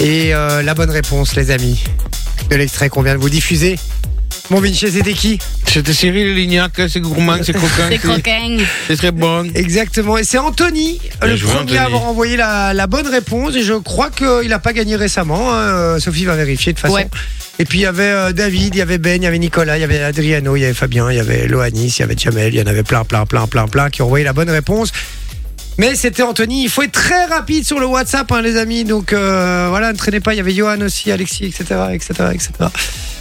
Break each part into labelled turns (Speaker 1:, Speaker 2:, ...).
Speaker 1: Et euh, la bonne réponse, les amis, de l'extrait qu'on vient de vous diffuser. Mon Vinci, c'était qui
Speaker 2: C'était Cyril Lignac, c'est gourmand, c'est coquin.
Speaker 3: C'est croquin.
Speaker 2: C'est très bon.
Speaker 1: Exactement. Et c'est Anthony,
Speaker 2: Bien
Speaker 1: Euh, le
Speaker 2: joué,
Speaker 1: premier
Speaker 2: Anthony.
Speaker 1: à avoir envoyé la, la bonne réponse. Et je crois qu'il n'a pas gagné récemment. hein. Euh, Sophie va vérifier de toute façon.
Speaker 3: Ouais.
Speaker 1: Et puis il y avait euh, David, il y avait Ben, il y avait Nicolas, il y avait Adriano, il y avait Fabien, il y avait Loanis, il y avait Chamel, il y en avait plein, plein, plein, plein, plein qui ont envoyé la bonne réponse. Mais c'était Anthony. Il faut être très rapide sur le WhatsApp, hein, les amis. Donc euh, voilà, ne traînez pas. Il y avait Johan aussi, Alexis, etc., etc., etc.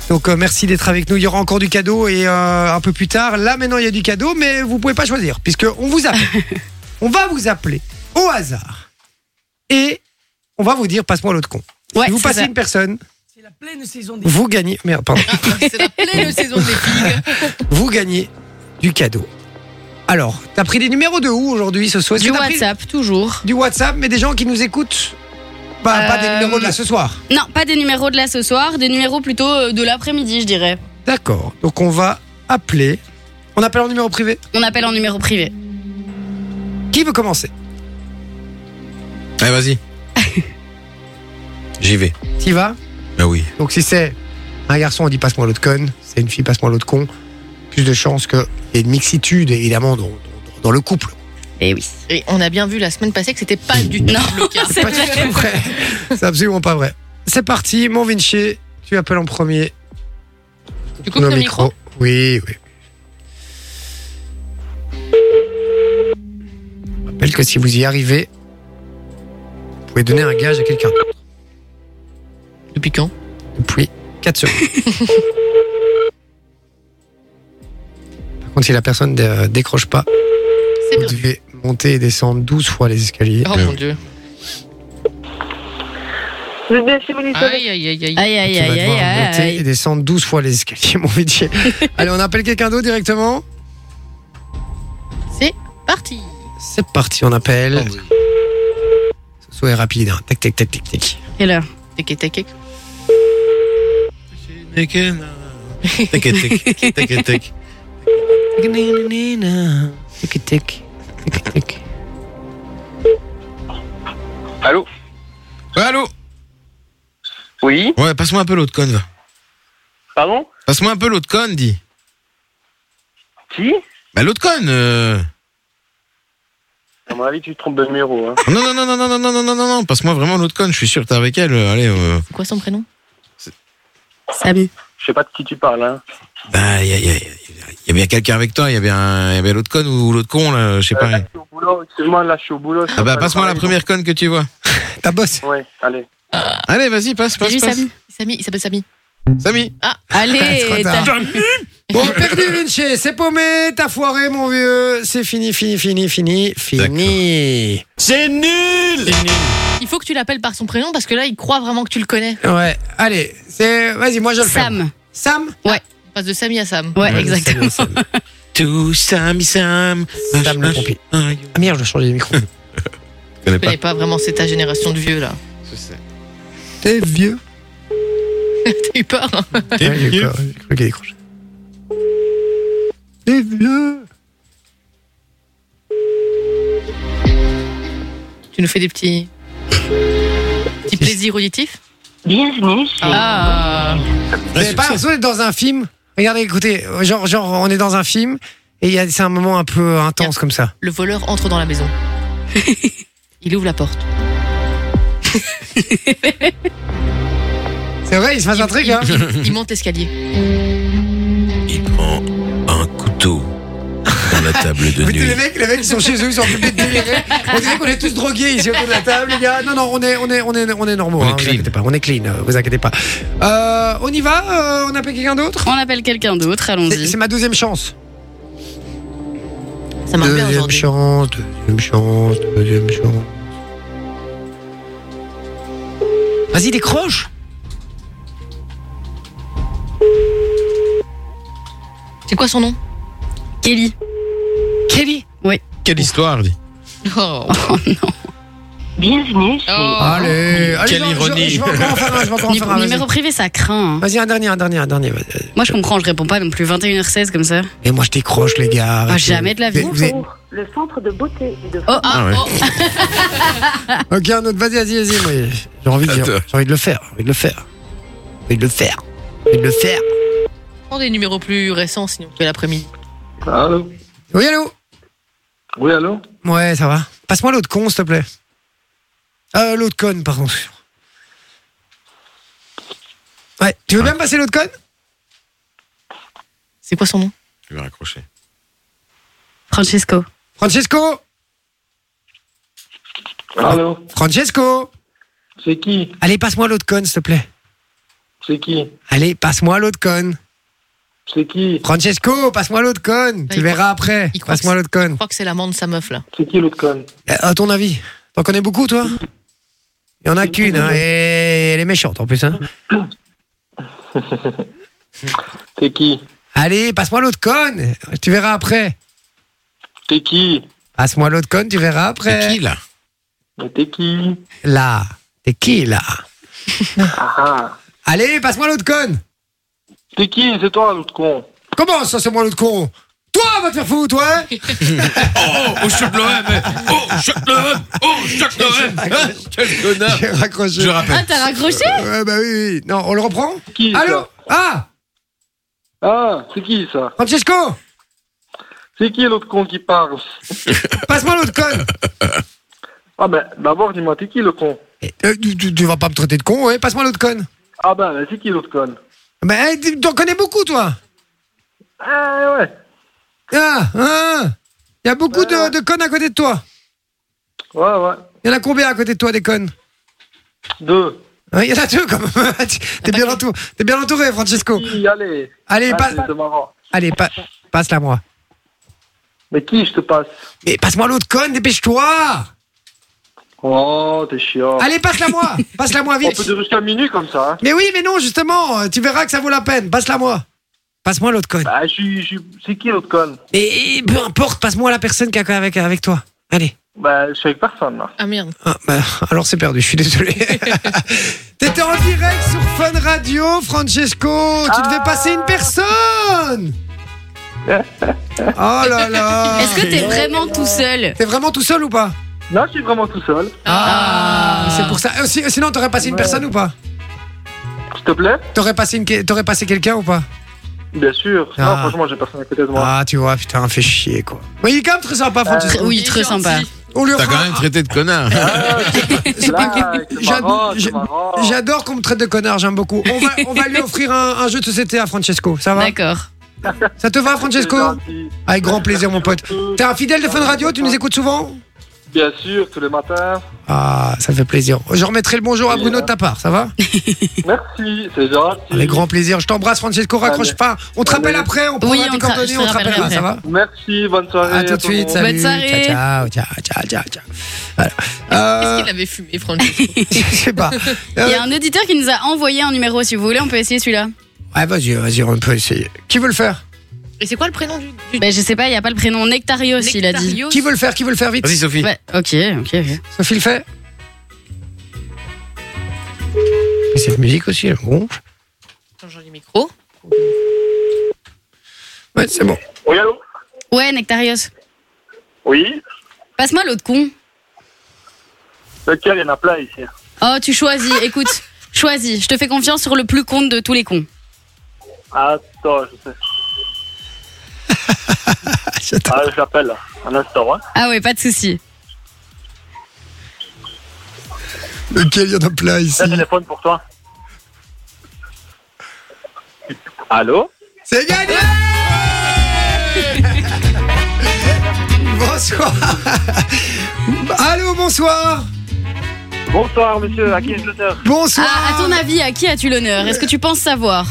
Speaker 1: Donc euh, merci d'être avec nous. Il y aura encore du cadeau et euh, un peu plus tard. Là maintenant, il y a du cadeau, mais vous pouvez pas choisir puisque on vous appelle. on va vous appeler au hasard et on va vous dire passe-moi l'autre con.
Speaker 3: Ouais,
Speaker 1: si vous
Speaker 3: c'est
Speaker 1: passez
Speaker 3: ça.
Speaker 1: une personne,
Speaker 4: C'est la pleine saison des.
Speaker 1: vous gagnez. Merde, pardon.
Speaker 3: C'est la pleine saison des filles.
Speaker 1: vous gagnez du cadeau. Alors, t'as pris des numéros de où aujourd'hui ce soir Est-ce
Speaker 3: Du
Speaker 1: que t'as pris
Speaker 3: WhatsApp, toujours.
Speaker 1: Du WhatsApp, mais des gens qui nous écoutent Bah, Pas des
Speaker 3: Euh,
Speaker 1: numéros de là ce soir.
Speaker 3: Non, pas des numéros de là ce soir, des numéros plutôt euh, de l'après-midi, je dirais.
Speaker 1: D'accord. Donc on va appeler. On appelle en numéro privé.
Speaker 3: On appelle en numéro privé.
Speaker 1: Qui veut commencer
Speaker 2: Allez, vas-y. J'y vais.
Speaker 1: T'y vas
Speaker 2: Ah oui.
Speaker 1: Donc si c'est un garçon, on dit passe-moi l'autre conne. C'est une fille, passe-moi l'autre con. Plus de chances qu'il y ait une mixitude, évidemment, dans, dans- dans le couple.
Speaker 3: Et Eh oui.
Speaker 5: Et on a bien vu la semaine passée que c'était pas du tout le cas.
Speaker 3: C'est
Speaker 1: Pas du tout vrai. C'est absolument pas vrai. C'est parti, mon Vinci. Tu appelles en premier.
Speaker 5: Tu coupes le micro.
Speaker 1: Oui, oui. Je rappelle que si vous y arrivez, vous pouvez donner un gage à quelqu'un
Speaker 5: Depuis quand
Speaker 1: depuis 4 secondes. Par contre, si la personne ne décroche pas,
Speaker 5: C'est
Speaker 1: vous
Speaker 5: bien.
Speaker 1: devez monter et descendre 12 fois les escaliers.
Speaker 5: Oh mon dieu.
Speaker 6: Vous êtes bien chez Monitor.
Speaker 5: Aïe aïe aïe
Speaker 3: Aïe,
Speaker 5: aïe.
Speaker 3: aïe,
Speaker 1: Tu vas
Speaker 3: aïe, aïe,
Speaker 1: devoir monter
Speaker 3: aïe.
Speaker 1: et descendre 12 fois les escaliers, mon métier. Allez, on appelle quelqu'un d'autre directement.
Speaker 5: C'est parti.
Speaker 1: C'est parti, on appelle. Soyez rapide. hein. Tac, tac, tac, tac, tac.
Speaker 3: Et là
Speaker 5: T'inquiète, t'inquiète.
Speaker 2: T'inquiète, t'inquiète, t'inquiète.
Speaker 7: Allô
Speaker 2: Ouais, allô
Speaker 7: Oui
Speaker 2: Ouais, passe-moi un peu l'autre conne, va.
Speaker 7: Pardon
Speaker 2: Passe-moi un peu l'autre conne, dis.
Speaker 7: Qui
Speaker 2: Bah, l'autre conne, euh.
Speaker 7: À mon avis, tu te trompes de numéro. Hein.
Speaker 2: Non, non, non, non, non, non, non, non, non, non, non, passe-moi vraiment l'autre conne, je suis sûr que t'es avec elle. euh, Allez, euh.
Speaker 5: C'est quoi son prénom
Speaker 3: Samy.
Speaker 7: Je sais pas de qui tu parles. Hein.
Speaker 2: Bah, il y a, y a- y a bien quelqu'un avec toi, il y a bien, y a bien l'autre conne ou l'autre con, là, je sais
Speaker 7: Euh, là,
Speaker 2: pas.
Speaker 7: je suis au boulot. Excuse-moi, là, je suis au boulot.
Speaker 2: Ah bah, passe-moi la première conne que tu vois.
Speaker 1: Ta bosse.
Speaker 7: Ouais, allez.
Speaker 2: Allez, vas-y, passe,
Speaker 3: T'as
Speaker 2: passe,
Speaker 3: vu
Speaker 2: passe.
Speaker 3: Samy
Speaker 5: Samy, il s'appelle Samy.
Speaker 2: Samy.
Speaker 5: Ah,
Speaker 1: Trop
Speaker 3: Allez
Speaker 1: tard.
Speaker 3: t'as-
Speaker 1: Bon, perdu Vinci, c'est paumé, t'as foiré mon vieux, c'est fini, fini, fini, fini, fini.
Speaker 5: Il faut que tu l'appelles par son prénom parce que là, il croit vraiment que tu le connais.
Speaker 1: Ouais, allez, c'est, vas-y, moi je le fais.
Speaker 3: Sam.
Speaker 1: Sam
Speaker 5: On passe de Samy à Sam.
Speaker 3: Ouais,
Speaker 1: Ouais,
Speaker 3: exactement.
Speaker 1: Sam, Sam.
Speaker 2: Tout Samy, Sam.
Speaker 1: Sam le pompier. Ah merde, je dois changer de micro.
Speaker 2: Je connais
Speaker 5: Je connais pas vraiment, c'est ta génération de vieux là.
Speaker 1: T'es Eh, vieux.
Speaker 5: T'as eu peur hein
Speaker 2: T'es
Speaker 1: Ouais, j'ai
Speaker 2: vieux.
Speaker 1: peur, J'ai cru qu'il décrochait. T'es vieux.
Speaker 5: Tu nous fais des petits. petits plaisirs auditifs
Speaker 6: Bienvenue chez.
Speaker 5: Ah
Speaker 1: Vous avez pas l'impression d'être dans un film Regardez, écoutez, genre, genre, on est dans un film et il y a, c'est un moment un peu intense comme ça.
Speaker 5: Le voleur entre dans la maison. Il ouvre la porte.
Speaker 1: C'est vrai, il se passe un truc, hein
Speaker 5: Il, il monte l'escalier.
Speaker 2: Il prend un couteau dans la table de
Speaker 1: Écoutez, les mecs, les mecs, ils sont chez eux, ils sont occupés de délirer. On dirait qu'on est tous drogués ici autour de la table, les gars. Non, non, on est, on est, on est, on est normaux. hein,
Speaker 2: On est
Speaker 1: vous
Speaker 2: clean.
Speaker 1: inquiétez pas, on est clean, euh, vous inquiétez pas. Euh, on y va euh, On appelle quelqu'un d'autre
Speaker 3: On appelle quelqu'un d'autre,
Speaker 1: C'est
Speaker 3: allons-y.
Speaker 1: c'est ma deuxième chance.
Speaker 5: Ça marche bien
Speaker 1: Deuxième
Speaker 5: aujourd'hui.
Speaker 1: chance, deuxième chance, deuxième chance. Vas-y, décroche
Speaker 5: C'est quoi son nom
Speaker 3: Kelly.
Speaker 1: Kelly
Speaker 2: Quelle histoire, dis.
Speaker 5: Oh.
Speaker 6: Bienvenue chez...
Speaker 5: Oh.
Speaker 1: Allez, allez,
Speaker 2: Quelle
Speaker 1: je- je-
Speaker 2: ironie.
Speaker 1: Je, vais encore en faire un, je vais encore en faire un. vas-y.
Speaker 3: Numéro privé, ça craint. hein.
Speaker 1: Vas-y, un dernier, un dernier, un dernier. vas-y.
Speaker 3: Moi, je comprends, je réponds pas non plus. 21h16 comme ça.
Speaker 1: Et moi, je décroche, les gars.
Speaker 3: Ah,
Speaker 1: arrêtez.
Speaker 3: jamais de la vie.
Speaker 1: Vous- vous êtes-
Speaker 6: Bonjour, le centre de beauté et de...
Speaker 3: Oh, ah,
Speaker 2: Ah ouais.
Speaker 3: oh.
Speaker 1: Ok, un autre, vas-y, vas-y, vas-y. moi, J'ai envie, de-
Speaker 2: Attends.
Speaker 1: j'ai envie de le faire, j'ai envie de le faire. J'ai envie de le faire. J'ai envie de le faire.
Speaker 5: Prends des numéros plus récents, sinon, que l'après-midi.
Speaker 7: Allô
Speaker 1: Oui, allô
Speaker 7: Oui, allô
Speaker 1: Ouais, ça va. Passe-moi l'autre con, s'il te plaît. Euh, l'autre conne, pardon. Ouais, tu veux bien me passer l'autre conne
Speaker 5: C'est quoi son nom
Speaker 2: Je vais raccrocher.
Speaker 3: Francesco.
Speaker 1: Francesco
Speaker 7: Allô
Speaker 1: Francesco
Speaker 7: C'est qui
Speaker 1: Allez, passe-moi l'autre conne, s'il te plaît.
Speaker 7: C'est qui
Speaker 1: Allez, passe-moi l'autre conne.
Speaker 7: C'est qui
Speaker 1: Francesco, passe-moi l'autre conne. Tu
Speaker 5: il
Speaker 1: verras après.
Speaker 5: il croit
Speaker 1: Passe-moi
Speaker 5: que
Speaker 1: l'autre
Speaker 5: Je
Speaker 1: conne.
Speaker 5: crois que c'est l'amant de sa meuf, là.
Speaker 7: C'est qui l'autre con
Speaker 1: Euh, à ton avis, t'en connais beaucoup, toi Il y en a qu'une, hein, et elle est méchante en plus. Hein.
Speaker 7: C'est qui
Speaker 1: Allez, passe-moi l'autre conne. Tu verras après.
Speaker 7: C'est qui
Speaker 1: Passe-moi l'autre conne, tu verras
Speaker 2: C'est
Speaker 1: après.
Speaker 2: qui là
Speaker 7: Mais t'es qui
Speaker 1: Là, t'es qui là
Speaker 7: Ah ah
Speaker 1: Allez, passe-moi l'autre conne.
Speaker 7: C'est qui C'est toi l'autre con
Speaker 1: Comment ça, c'est moi l'autre con Toi, va te faire foutre, ouais
Speaker 2: Oh, oh, choc l'OM Oh, choc l'OM Oh, choc l'OM Hein, Quel connard
Speaker 1: J'ai raccroché.
Speaker 2: Je rappelle.
Speaker 3: Ah, t'as raccroché
Speaker 1: Ouais, bah oui, oui. Non, on le reprend
Speaker 7: C'est qui
Speaker 1: Allô
Speaker 7: ça
Speaker 1: Ah
Speaker 7: Ah, c'est qui ça
Speaker 1: Francesco
Speaker 7: C'est qui l'autre con qui parle
Speaker 1: Passe-moi l'autre conne
Speaker 7: Ah ben, d'abord dis-moi, t'es qui le con
Speaker 1: Euh, tu, tu- tu vas pas me traiter de con, ouais Passe-moi l'autre conne
Speaker 7: Ah ben, ben, c'est qui l'autre con
Speaker 1: Bah, eh, t'en connais beaucoup, toi
Speaker 7: Ah ouais
Speaker 1: Ah, hein Il y a beaucoup de, de connes à côté de toi.
Speaker 7: Ouais, ouais.
Speaker 1: Il y en a combien à côté de toi, des connes
Speaker 7: Deux.
Speaker 1: Hein, Il y en a deux, quand même. Tu-
Speaker 7: Bah,
Speaker 1: T'es bien, entouré, t'es bien entouré,
Speaker 2: Oh.
Speaker 1: Francesco.
Speaker 7: Qui, allez
Speaker 1: Allez,
Speaker 7: Ah,
Speaker 1: passe,
Speaker 7: c'est marrant.
Speaker 1: allez, pa-
Speaker 7: bah.
Speaker 1: passe-la moi.
Speaker 7: Mais qui je te passe
Speaker 1: Mais passe-moi l'autre conne, dépêche-toi
Speaker 7: Oh, t'es chiant.
Speaker 1: Allez, passe-la moi Passe-la moi
Speaker 7: On
Speaker 1: vite
Speaker 7: peut durer jusqu'à minuit comme ça. hein.
Speaker 1: Mais oui, mais non, justement, euh, tu verras que ça vaut la peine. Passe-la moi. Passe-moi l'autre conne.
Speaker 7: Bah, je suis. je suis- C'est qui l'autre con
Speaker 1: Et, et peu importe, passe-moi la personne qui est avec, avec toi. Allez.
Speaker 7: Bah, je suis avec personne là.
Speaker 5: Ah merde.
Speaker 1: Ah, bah, alors c'est perdu, je suis désolé. T'étais en direct sur Fun Radio, Francesco. Tu devais passer une personne. Oh là là.
Speaker 3: Est-ce que t'es vraiment tout seul
Speaker 1: T'es vraiment tout seul ou pas
Speaker 7: Là, je suis vraiment tout seul.
Speaker 5: Ah.
Speaker 1: C'est pour ça. Euh, si- sinon, t'aurais passé une personne ou pas
Speaker 7: S'il te plaît
Speaker 1: T'aurais passé, une que- t'aurais passé quelqu'un ou pas
Speaker 7: Bien sûr.
Speaker 1: Ah.
Speaker 7: Non, franchement, j'ai personne à côté de moi.
Speaker 1: Ah, tu vois, putain, fait chier quoi. Mais il est quand même très sympa,
Speaker 3: Très-
Speaker 1: Francesco.
Speaker 3: Oui, très sympa.
Speaker 1: On lui
Speaker 2: T'as
Speaker 1: offre
Speaker 2: quand même traité de connard.
Speaker 7: Là, c'est
Speaker 1: J'ad-
Speaker 7: marrant, c'est
Speaker 1: j'a-
Speaker 7: marrant.
Speaker 3: Oh.
Speaker 1: J'adore qu'on me traite de connard, j'aime beaucoup. On va, on va lui offrir un, un jeu de société à Francesco, ça va
Speaker 3: D'accord.
Speaker 1: Ça te va,
Speaker 7: C'est
Speaker 1: Francesco
Speaker 7: gentil.
Speaker 1: Avec grand plaisir, mon pote. T'es un fidèle de Fun Radio, tu nous écoutes souvent
Speaker 7: Bien sûr, tous les matins.
Speaker 1: Ah, ça fait plaisir. Je remettrai le bonjour à Bruno de ta part, ça va
Speaker 7: Merci, c'est gentil.
Speaker 1: Avec grand plaisir. Je t'embrasse, Francesco, raccroche
Speaker 7: Allez.
Speaker 1: pas. On te rappelle
Speaker 7: Allez.
Speaker 1: après, on
Speaker 3: Oui,
Speaker 1: prendra
Speaker 3: on
Speaker 1: tes
Speaker 3: te ra-
Speaker 1: coordonnées,
Speaker 3: je te
Speaker 1: on te rappellera,
Speaker 3: rappellerai
Speaker 1: ça va
Speaker 7: Merci, bonne soirée.
Speaker 1: À tout de
Speaker 7: tout le
Speaker 1: suite,
Speaker 7: monde.
Speaker 1: salut.
Speaker 3: Bonne soirée.
Speaker 1: Ciao, ciao, ciao, ciao, ciao, ciao. Voilà.
Speaker 5: Qu'est-ce
Speaker 1: Euh,
Speaker 5: qu'il avait fumé, Francesco
Speaker 1: je sais pas.
Speaker 3: Il y
Speaker 1: Euh,
Speaker 3: a un auditeur qui nous a envoyé un numéro, si vous voulez, on peut essayer celui-là.
Speaker 1: Euh, ouais, vas-y, vas-y, on peut essayer. Qui veut le faire
Speaker 5: Et c'est quoi le prénom du. du...
Speaker 3: Ben, je sais pas, il y a pas le prénom Nectarios, il a dit.
Speaker 5: Nectarios
Speaker 1: Qui veut le faire Qui veut le faire vite
Speaker 2: Vas-y, Sophie.
Speaker 3: Ouais, ok, ok, ok.
Speaker 1: Sophie le fait. Et cette musique aussi, elle me gonfle.
Speaker 5: Attends, J'ai le micro.
Speaker 1: Ouais, c'est bon.
Speaker 7: Oui, allô
Speaker 3: Ouais, Nectarios.
Speaker 7: Oui
Speaker 3: Passe-moi l'autre con.
Speaker 7: Lequel Il y en a plein ici.
Speaker 3: Oh, tu choisis, écoute, choisis. Je te fais confiance sur le plus con de tous les cons.
Speaker 7: Attends, je sais.
Speaker 1: J'attends.
Speaker 7: Ah, je l'appelle là. Un instant, hein.
Speaker 3: Ah ouais, pas de souci.
Speaker 1: Lequel il y en a plein ici
Speaker 7: Un téléphone pour toi. Allô
Speaker 1: C'est gagné Bonsoir Allô, bonsoir
Speaker 7: Bonsoir, monsieur. À qui est l'auteur
Speaker 1: Bonsoir
Speaker 3: Ah, à ton avis, à qui as-tu l'honneur Est-ce que tu penses savoir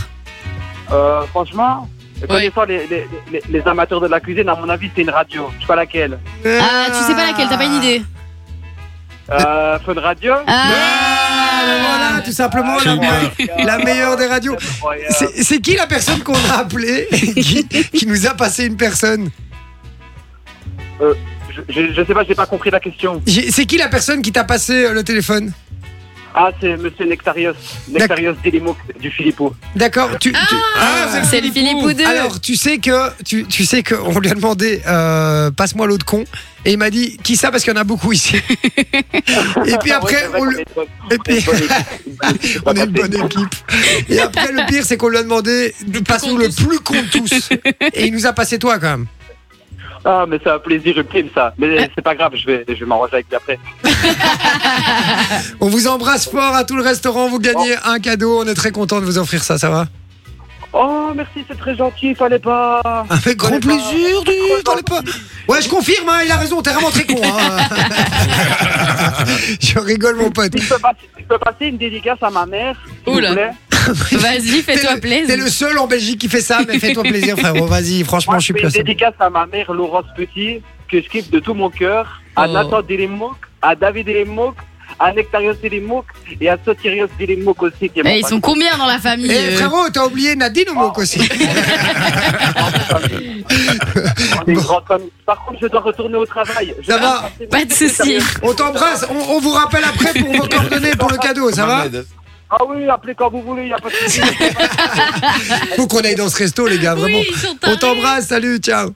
Speaker 7: Euh, franchement,
Speaker 5: connaissant
Speaker 7: les, les, les, amateurs de la cuisine, à mon avis, c'est une radio. Je sais pas laquelle.
Speaker 1: Euh,
Speaker 3: Ah, tu sais pas laquelle, t'as pas une idée
Speaker 7: Euh, Fun Radio
Speaker 1: Ah, ben voilà,
Speaker 3: Ah
Speaker 1: tout simplement
Speaker 2: J'ai
Speaker 1: la,
Speaker 2: eu peur.
Speaker 1: la meilleure des radios.
Speaker 7: C'est
Speaker 1: C'est c'est qui la personne qu'on a appelée qui, qui nous a passé une personne
Speaker 7: Je je, je- je sais pas, j'ai pas compris la question.
Speaker 1: J'ai- C'est qui la personne qui t'a passé euh, le téléphone
Speaker 7: Ah, c'est monsieur Nectarios. Nectarios Dilimo du Filippo.
Speaker 1: D'accord. Tu, Ah, tu-
Speaker 3: Ah, C'est le Philippou 2.
Speaker 1: Alors, tu sais que tu, tu sais que on lui a demandé euh, passe-moi l'autre con et il m'a dit qui ça parce qu'il y en a beaucoup ici. et
Speaker 7: Ah
Speaker 1: puis après on le- et puis- on est une bonne équipe. Et après le pire c'est qu'on lui a demandé passe-nous le plus con de tous et il nous a passé toi quand même.
Speaker 7: Ah, mais c'est un plaisir ultime, ça.
Speaker 1: Eh.
Speaker 7: Mais c'est pas grave, je vais, je vais m'arranger avec lui après.
Speaker 1: On vous embrasse fort à tout le restaurant, vous gagnez un cadeau, on est très content de vous offrir ça, ça va
Speaker 7: Oh, merci, c'est très gentil, fallait
Speaker 3: Ah.
Speaker 7: pas.
Speaker 1: Avec grand
Speaker 7: Fallait pas.
Speaker 1: plaisir, du fallait pas. Ouais, je confirme, hein, il a raison, t'es vraiment très con. hein. je rigole mon pote.
Speaker 6: Je peux, passer, je peux passer une dédicace à ma mère. s'il vous
Speaker 3: Oula.
Speaker 6: plaît.
Speaker 3: Vas-y, fais-toi
Speaker 1: T'es le- T'es
Speaker 3: plaisir.
Speaker 1: le seul en Belgique qui fait ça, mais fais-toi plaisir, frérot. Vas-y, franchement,
Speaker 7: Moi,
Speaker 1: je
Speaker 7: je
Speaker 1: suis
Speaker 7: fais une
Speaker 1: placé.
Speaker 7: dédicace à ma mère Laurence Petit, que je kiffe de tout mon cœur, à
Speaker 5: Oh.
Speaker 7: Nathan Delimouk, à David Delimouk, à Nectarios Delimouk et à Sotirios Delimouk aussi. Qui est mon
Speaker 3: Eh, ils sont combien dans la famille
Speaker 1: Eh
Speaker 3: euh
Speaker 1: frérot, t'as oublié Nadine au Mouk aussi.
Speaker 7: Oh. patron. On est une grande famille. Par contre, je dois retourner au travail. Je
Speaker 1: Ça
Speaker 7: vais
Speaker 1: va.
Speaker 7: apporter mon-
Speaker 3: Pas de soucis.
Speaker 1: On t'embrasse, on, on vous rappelle après pour vos coordonnées, pour le cadeau, ça va
Speaker 7: Ah oui, appelez quand vous voulez, il n'y a pas de souci.
Speaker 1: Faut qu'on aille dans ce resto, les gars, vraiment.
Speaker 5: Oui, ils sont
Speaker 1: On
Speaker 5: tarés.
Speaker 1: t'embrasse, salut, ciao.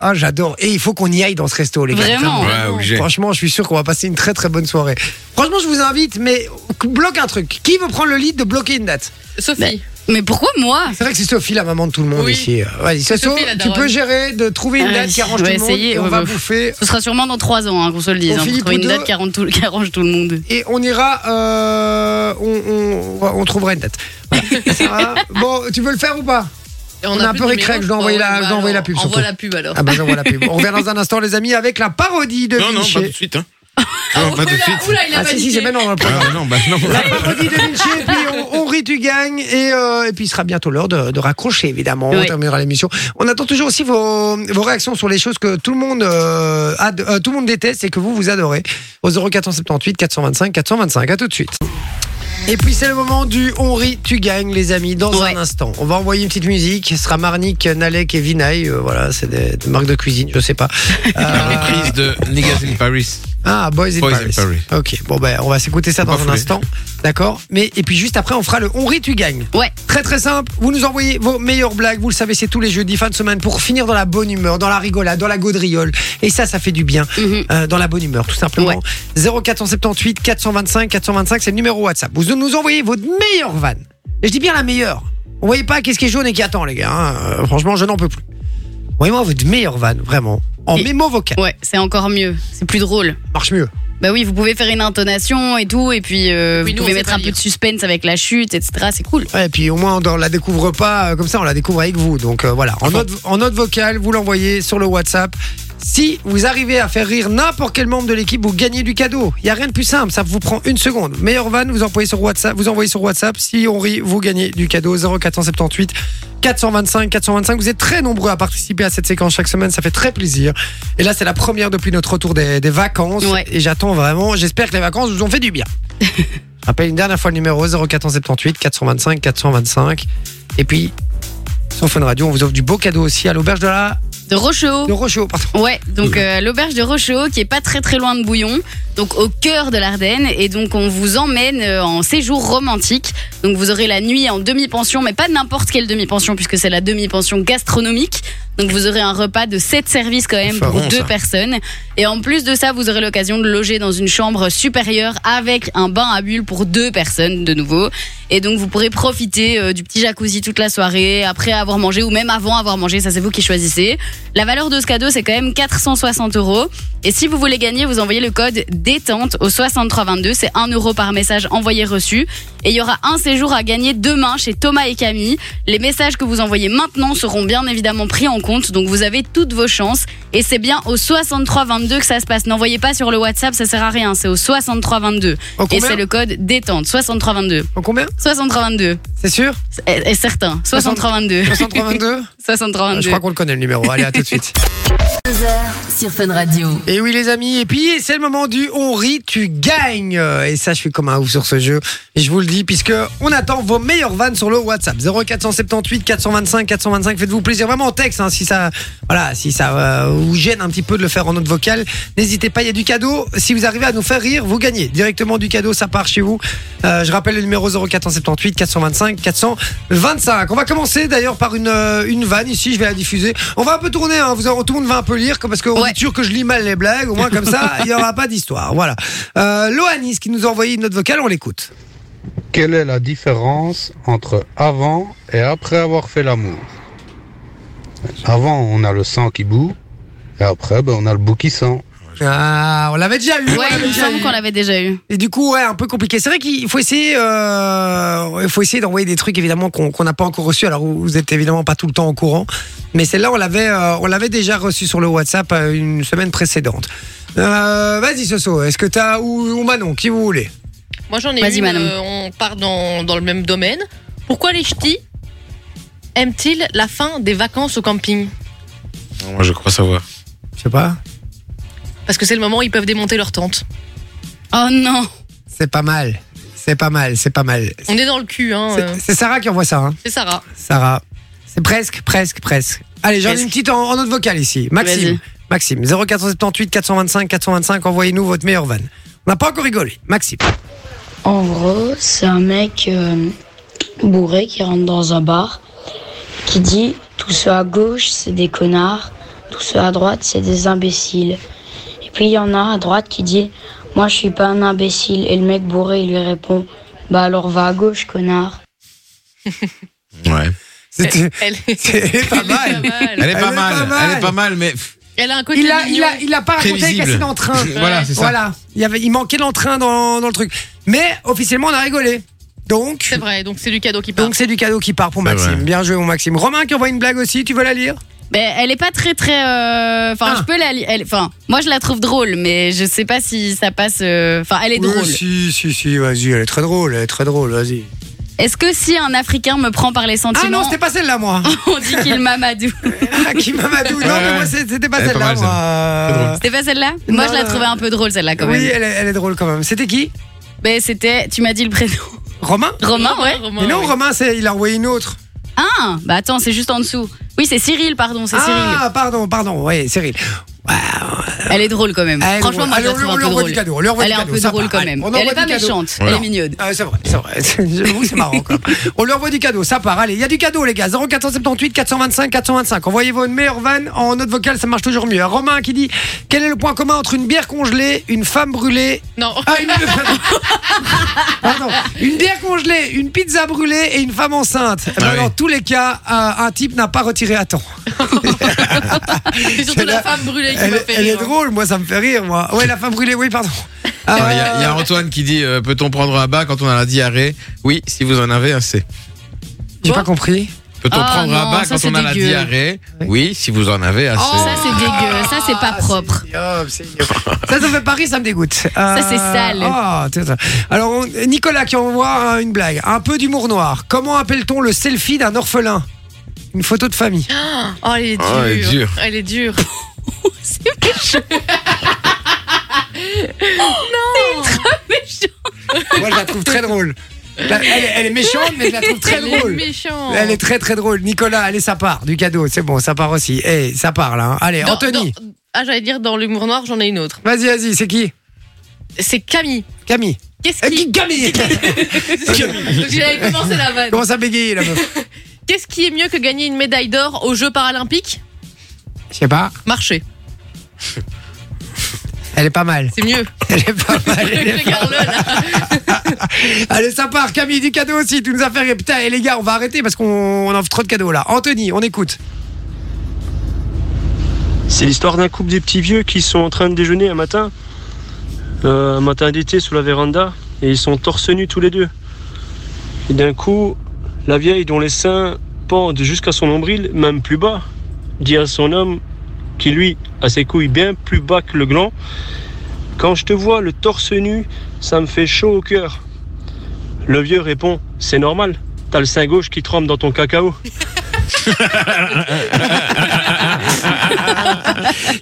Speaker 1: Ah, j'adore. Et il faut qu'on y aille dans ce resto, les gars.
Speaker 3: Vraiment.
Speaker 2: Ouais, obligé.
Speaker 1: Franchement, je suis sûr qu'on va passer une très très bonne soirée. Franchement, je vous invite, mais bloque un truc. Qui veut prendre le lead de bloquer une date
Speaker 5: Sophie.
Speaker 3: Mais pourquoi moi
Speaker 1: C'est vrai que c'est Sophie, la maman de tout le monde
Speaker 5: Oui.
Speaker 1: ici. Euh, Vas-y, Soso,
Speaker 5: Sophie, la
Speaker 1: tu
Speaker 5: daronne.
Speaker 1: peux gérer de trouver une
Speaker 3: Ah
Speaker 1: date
Speaker 3: oui,
Speaker 1: qui arrange
Speaker 3: je
Speaker 1: tout
Speaker 3: vais
Speaker 1: le monde.
Speaker 3: essayer,
Speaker 1: et on
Speaker 3: ouais,
Speaker 1: va
Speaker 3: bah.
Speaker 1: bouffer
Speaker 3: Ce sera sûrement dans 3 ans hein, qu'on se le
Speaker 1: Au
Speaker 3: dise. hein,
Speaker 1: Philippe
Speaker 3: pour trouver une
Speaker 1: Boudot.
Speaker 3: date qui arrange tout, qui arrange tout le monde.
Speaker 1: et on ira. euh, on, on- on va- on trouvera une date. Voilà. Ça va bon, tu veux le faire ou pas on a un
Speaker 5: plus
Speaker 1: peu
Speaker 5: de
Speaker 1: récré,
Speaker 5: numéro,
Speaker 1: je dois envoyer la-
Speaker 5: crois.
Speaker 1: je dois
Speaker 5: Bah,
Speaker 1: envoyer la
Speaker 5: alors,
Speaker 1: pub,
Speaker 5: Envoie
Speaker 1: surtout.
Speaker 5: la pub alors.
Speaker 1: Ah bah non, voilà, pub. On revient dans un instant, les amis, avec la parodie de
Speaker 2: Non, non,
Speaker 1: Vinci.
Speaker 2: pas tout de suite. Hein. Non, pas tout de suite.
Speaker 5: Oula, il a
Speaker 1: ah si, si, c'est
Speaker 5: paniqué.
Speaker 1: maintenant dans le programme.
Speaker 2: Ah, non, bah, non.
Speaker 1: La parodie de Vinci, et puis on, on rit, tu gagnes. Et, euh, et puis il sera bientôt l'heure de, de raccrocher, évidemment. On
Speaker 3: Oui.
Speaker 1: terminera l'émission. On attend toujours aussi vos, vos réactions sur les choses que tout le monde, euh, ad- euh, tout le monde déteste et que vous, vous adorez. Au 0478 425 425. À tout de suite. Et puis c'est le moment du on rit, tu gagnes, les amis, dans
Speaker 3: Ouais.
Speaker 1: un instant. On va envoyer une petite musique. Ce sera Marnik, Nalek et Vinay. Euh, voilà, c'est des, des marques de cuisine, je sais pas.
Speaker 2: La
Speaker 1: Euh,
Speaker 2: reprise de Niggas in Paris.
Speaker 1: ah, Boys in
Speaker 2: Boys in
Speaker 1: Paris.
Speaker 2: Paris.
Speaker 1: Ok, bon, ben, on va s'écouter ça
Speaker 2: Faut
Speaker 1: dans
Speaker 2: pas
Speaker 1: un
Speaker 2: fouler.
Speaker 1: instant. D'accord Mais Et puis juste après, on fera le On rit, tu gagnes.
Speaker 3: Ouais.
Speaker 1: Très très simple, vous nous envoyez vos meilleures blagues, vous le savez, c'est tous les jeudis, fin de semaine, pour finir dans la bonne humeur, dans la rigolade, dans la gaudriole. Et ça, ça fait du bien,
Speaker 3: Mhm.
Speaker 1: euh, dans la bonne humeur, tout simplement. 0478 425 425, c'est le numéro WhatsApp. Vous nous envoyez votre meilleure vanne. Et je dis bien la meilleure. Vous voyez pas qu'est-ce qui est jaune et qui attend, les gars. hein. Euh, franchement, je n'en peux plus. Voyez-moi votre meilleure vanne, vraiment. En
Speaker 3: Et-
Speaker 1: mémo vocal,
Speaker 3: Ouais, c'est encore mieux. C'est plus drôle.
Speaker 1: marche mieux.
Speaker 3: Bah oui, vous pouvez faire une intonation et tout, et puis euh,
Speaker 5: Oui,
Speaker 3: vous
Speaker 5: nous,
Speaker 3: pouvez
Speaker 5: on sait
Speaker 3: mettre
Speaker 5: pas
Speaker 3: un peu
Speaker 5: lire.
Speaker 3: de suspense avec la chute, etc. C'est cool.
Speaker 1: Ouais, et puis au moins on ne la découvre pas euh, comme ça, on la découvre avec vous. Donc euh, voilà, en note, en note vocale, vous l'envoyez sur le WhatsApp. Si vous arrivez à faire rire n'importe quel membre de l'équipe, vous gagnez du cadeau. Il y a rien de plus simple, ça vous prend une seconde. Meilleur van, vous envoyez sur WhatsApp. Vous envoyez sur WhatsApp. Si on rit, vous gagnez du cadeau. 0478 425 425. Vous êtes très nombreux à participer à cette séquence chaque semaine, ça fait très plaisir. Et là, c'est la première depuis notre retour des, des vacances.
Speaker 3: Ouais.
Speaker 1: Et j'attends vraiment. J'espère que les vacances vous ont fait du bien. Je rappelle une dernière fois le numéro 0478 425 425. Et puis, sur Fun Radio, on vous offre du beau cadeau aussi à l'auberge de la
Speaker 3: De Rocheau.
Speaker 1: de Rocheau, pardon.
Speaker 3: Ouais, donc euh, l'auberge de Rocheau qui est pas très très loin de Bouillon, donc au cœur de l'Ardenne et donc on vous emmène euh, en séjour romantique. Donc vous aurez la nuit en demi-pension mais pas n'importe quelle demi-pension puisque c'est la demi-pension gastronomique. Donc vous aurez un repas de 7 services quand même
Speaker 1: C'est pas
Speaker 3: pour
Speaker 1: bon,
Speaker 3: deux
Speaker 1: ça.
Speaker 3: personnes et en plus de ça, vous aurez l'occasion de loger dans une chambre supérieure avec un bain à bulles pour deux personnes de nouveau. Et donc vous pourrez profiter euh, du petit jacuzzi toute la soirée, après avoir mangé ou même avant avoir mangé, ça c'est vous qui choisissez. La valeur de ce cadeau c'est quand même 460 euros. Et si vous voulez gagner, vous envoyez le code détente au 6322, c'est 1 euro par message envoyé reçu. Et il y aura un séjour à gagner demain chez Thomas et Camille. Les messages que vous envoyez maintenant seront bien évidemment pris en compte, donc vous avez toutes vos chances. Et c'est bien au 6322 que ça se passe. N'envoyez pas sur le WhatsApp, ça sert à rien, c'est au 6322.
Speaker 1: En
Speaker 3: Et
Speaker 1: combien
Speaker 3: c'est le code détente, 6322.
Speaker 1: En combien
Speaker 3: 6322.
Speaker 1: C'est sûr
Speaker 3: Est est certain. 6322.
Speaker 1: 6322 Ah, Je
Speaker 3: 6322.
Speaker 1: crois qu'on le connaît le numéro. Allez, à tout de suite.
Speaker 4: 22h sur Fun Radio.
Speaker 1: Et oui les amis, et puis c'est le moment du on rit, tu gagnes Euh, Et ça je suis comme un ouf sur ce jeu, je vous le dis, puisque on attend vos meilleures vannes sur le WhatsApp 0478 425 425, faites-vous plaisir, vraiment en texte, hein, si ça, voilà, si ça euh, vous gêne un petit peu de le faire en note vocale, n'hésitez pas, il y a du cadeau, si vous arrivez à nous faire rire, vous gagnez directement du cadeau, ça part chez vous. Euh, je rappelle le numéro 0478 425 425. On va commencer d'ailleurs par une, euh, une vanne ici, je vais la diffuser. On va un peu tourner, hein, vous, tout le monde va un peu lire, comme- parce qu'on
Speaker 3: Ouais.
Speaker 1: est sûr que je lis mal les blagues, au moins comme ça, il n'y aura pas d'histoire. Voilà. Euh, Loanis qui nous a envoyé une note vocale, on l'écoute.
Speaker 8: Quelle est la différence entre avant et après avoir fait l'amour Avant, on a le sang qui bout, et après, ben, on a le bout qui sent.
Speaker 1: Ah, on l'avait déjà eu. on
Speaker 3: Ouais,
Speaker 1: l'avait
Speaker 3: il me
Speaker 1: déjà
Speaker 3: semble
Speaker 1: eu.
Speaker 3: qu'on l'avait déjà eu.
Speaker 1: Et du coup, ouais, un peu compliqué. C'est vrai qu'il faut essayer, euh, il faut essayer d'envoyer des trucs évidemment qu'on qu'on n'a pas encore reçus. Alors vous vous êtes évidemment pas tout le temps au courant, mais celle-là, on l'avait, euh, on l'avait déjà reçu sur le WhatsApp euh, une semaine précédente. Euh, Vas-y, Soso. Est-ce que t'as ou, ou Manon, qui vous voulez
Speaker 5: Moi j'en ai
Speaker 3: Vas-y,
Speaker 5: une,
Speaker 3: madame.
Speaker 5: euh, on part dans, dans le même domaine. Pourquoi les ch'tis aiment-ils la fin des vacances au camping
Speaker 2: Moi, je crois savoir.
Speaker 1: Je sais pas.
Speaker 5: Parce que c'est le moment où ils peuvent démonter leur tente.
Speaker 3: Oh non.
Speaker 1: C'est pas mal. C'est pas mal. C'est pas mal.
Speaker 5: On est dans le cul, hein.
Speaker 1: C'est-
Speaker 5: euh,
Speaker 1: C'est Sarah qui envoie ça. Hein.
Speaker 5: C'est Sarah.
Speaker 1: Sarah. C'est presque, presque, presque. Allez, j'en ai
Speaker 5: Presque.
Speaker 1: une petite en, en note vocale ici. Maxime.
Speaker 3: Vas-y.
Speaker 1: Maxime. 0478 425 425. Envoyez-nous votre meilleure vanne. On n'a pas encore rigolé. Maxime.
Speaker 9: En gros, c'est un mec euh, bourré qui rentre dans un bar, qui dit Tous ceux à gauche, c'est des connards, tous ceux à droite, c'est des imbéciles. Et puis il y en a à droite qui dit Moi, je suis pas un imbécile. Et le mec bourré, il lui répond Bah alors va à gauche, connard.
Speaker 2: Ouais.
Speaker 1: C'était
Speaker 5: Elle,
Speaker 1: c'était pas mal.
Speaker 5: Elle est pas mal.
Speaker 2: Elle est pas mal. Elle est pas mal, mais.
Speaker 5: Elle a un côté
Speaker 1: Il a, il,
Speaker 5: mignon.
Speaker 1: a, il a pas raconté qu'il
Speaker 2: Prévisible.
Speaker 1: cassé l'entrain.
Speaker 2: Voilà, c'est ça.
Speaker 1: Voilà. Il, y avait, il manquait l'entrain dans, dans le truc. Mais officiellement, on a rigolé. Donc,
Speaker 5: C'est vrai, donc c'est du cadeau qui part.
Speaker 1: donc c'est du cadeau qui part pour
Speaker 2: C'est
Speaker 1: Maxime.
Speaker 2: vrai.
Speaker 1: Bien joué, mon Maxime. Romain qui envoie une blague aussi. Tu veux la lire
Speaker 3: Ben, elle est pas très très. euh, Enfin,
Speaker 1: Ah.
Speaker 3: je peux la. li- elle- Enfin, moi je la trouve drôle, mais je sais pas si ça passe. euh, Enfin, elle est
Speaker 1: Oui,
Speaker 3: drôle.
Speaker 1: Si, si, si. Vas-y, elle est très drôle. Elle est très drôle. Vas-y.
Speaker 3: Est-ce que si un Africain me prend par les
Speaker 1: Ah non,
Speaker 3: sentiments,
Speaker 1: c'était pas celle-là, moi.
Speaker 3: on dit qu'il m'amadou
Speaker 1: Hakim Amadou. Ah, Non,
Speaker 2: Ouais,
Speaker 1: mais moi,
Speaker 2: ouais.
Speaker 1: c'est- c'était pas
Speaker 2: Elle est pas
Speaker 1: celle-là,
Speaker 2: mal, celle-là.
Speaker 1: moi.
Speaker 3: C'était pas celle-là Moi
Speaker 1: Non,
Speaker 3: je la
Speaker 1: non.
Speaker 3: trouvais un peu drôle celle-là Ah, quand même.
Speaker 1: Oui, elle est, elle est drôle quand même. C'était qui
Speaker 3: Ben c'était. Tu m'as dit le prénom.
Speaker 1: Romain
Speaker 3: Romain, ouais.
Speaker 5: Romain,
Speaker 1: Mais non,
Speaker 5: oui.
Speaker 1: Romain, c'est- il a envoyé une autre.
Speaker 3: Ah Bah attends, c'est juste en dessous. Oui, c'est Cyril, pardon, c'est
Speaker 1: Ah, pardon, pardon. Oui, Cyril.
Speaker 3: Cyril. Elle est drôle quand même.
Speaker 1: Allez,
Speaker 3: Franchement, moi je
Speaker 1: allez,
Speaker 3: la
Speaker 1: on lui-
Speaker 3: trouve
Speaker 1: on
Speaker 3: un
Speaker 1: lui
Speaker 3: peu
Speaker 1: envoie
Speaker 3: drôle.
Speaker 1: du cadeau. on lui envoie
Speaker 3: Elle est
Speaker 1: du
Speaker 3: un
Speaker 1: cadeau,
Speaker 3: peu
Speaker 1: ça
Speaker 3: drôle
Speaker 1: va.
Speaker 3: quand
Speaker 1: Allez,
Speaker 3: même.
Speaker 1: on
Speaker 3: Elle
Speaker 1: envoie
Speaker 3: est pas
Speaker 1: du cadeau.
Speaker 3: méchante, elle est mignonne.
Speaker 1: Ah, c'est vrai, c'est vrai. J'avoue que c'est marrant. Quoi. On lui envoie du cadeau, ça part. Allez, il y a du cadeau, les gars. 0478 425 425. Envoyez vos meilleures vannes en note vocale, ça marche toujours mieux. Romain qui dit Quel est le point commun entre une bière congelée, une femme brûlée
Speaker 5: Non.
Speaker 1: Ah, une... Pardon. Une bière congelée, une pizza brûlée et une femme enceinte. Eh ben,
Speaker 2: Ah oui.
Speaker 1: Dans tous les cas, euh, un type n'a pas retiré à temps.
Speaker 5: C'est surtout
Speaker 1: Elle
Speaker 5: la
Speaker 1: a-
Speaker 5: femme brûlée qui
Speaker 1: Elle,
Speaker 5: m'a
Speaker 1: est-
Speaker 5: fait
Speaker 1: elle est
Speaker 3: hein.
Speaker 5: rire.
Speaker 1: drôle, moi ça me fait rire, moi. Ouais, la femme brûlée, oui, pardon. Ah,
Speaker 2: Il y, a il y a Antoine qui dit euh, Peut-on prendre un bain quand on a la diarrhée Oui, si vous en avez assez.
Speaker 1: J'ai pas compris.
Speaker 2: Peut-on
Speaker 3: Ah
Speaker 2: prendre un
Speaker 3: non,
Speaker 2: bain
Speaker 3: ça,
Speaker 2: quand
Speaker 3: c'est
Speaker 2: on a la
Speaker 3: dégueu.
Speaker 2: diarrhée Oui, si vous en avez assez. Ah,
Speaker 3: Oh, ça c'est dégueu, ça c'est pas
Speaker 1: Ah,
Speaker 3: propre.
Speaker 1: c'est ignoble, c'est ignoble. ça, ça me fait pas rire, ça me dégoûte. Euh,
Speaker 3: Ça, c'est sale.
Speaker 1: ah, tout ça. Alors, on- Nicolas qui envoie euh, une blague. Un peu d'humour noir. Comment appelle-t-on le selfie d'un orphelin Une photo de famille.
Speaker 5: Oh, elle est dure.
Speaker 1: Ah,
Speaker 2: Oh, elle est dure.
Speaker 5: Elle est dure.
Speaker 1: Moi, je la trouve très drôle. La- elle, est- elle est méchante, mais je la trouve très
Speaker 5: Elle est
Speaker 1: drôle.
Speaker 5: méchante.
Speaker 1: Elle est très très drôle. Nicolas, allez, ça part du cadeau. C'est bon, ça part aussi. Eh, ça part là. hein. Allez,
Speaker 5: Dans-
Speaker 1: Anthony.
Speaker 5: dans- ah, j'allais dire dans l'humour noir, j'en ai une autre.
Speaker 1: Vas-y, vas-y, c'est qui
Speaker 5: C'est Camille.
Speaker 1: Camille.
Speaker 5: Qu'est-ce
Speaker 1: Eh,
Speaker 5: qui.
Speaker 1: qui- Camille
Speaker 5: Donc, J'avais commencé la vanne.
Speaker 1: Commence à bégayer la meuf.
Speaker 5: Qu'est-ce qui est mieux que gagner une médaille d'or aux Jeux paralympiques
Speaker 1: Je sais pas.
Speaker 5: Marcher.
Speaker 1: Elle est pas mal.
Speaker 5: C'est mieux.
Speaker 1: Elle est pas mal. Elle est pas-
Speaker 5: Regarde-le là.
Speaker 1: Allez, ça part. Camille, du cadeau aussi. Tu nous as fait rire. Putain, et les gars, on va arrêter parce qu'on on offre trop de cadeaux là. Anthony, on écoute.
Speaker 10: C'est l'histoire d'un couple des petits vieux qui sont en train de déjeuner un matin, euh, un matin d'été sous la véranda, et ils sont torse nus tous les deux. Et d'un coup, la vieille dont les seins pendent jusqu'à son nombril, même plus bas, dit à son homme, qui lui a ses couilles bien plus bas que le gland, Quand je te vois le torse nu, ça me fait chaud au cœur. Le vieux répond, c'est normal, t'as le sein gauche qui trempe dans ton cacao.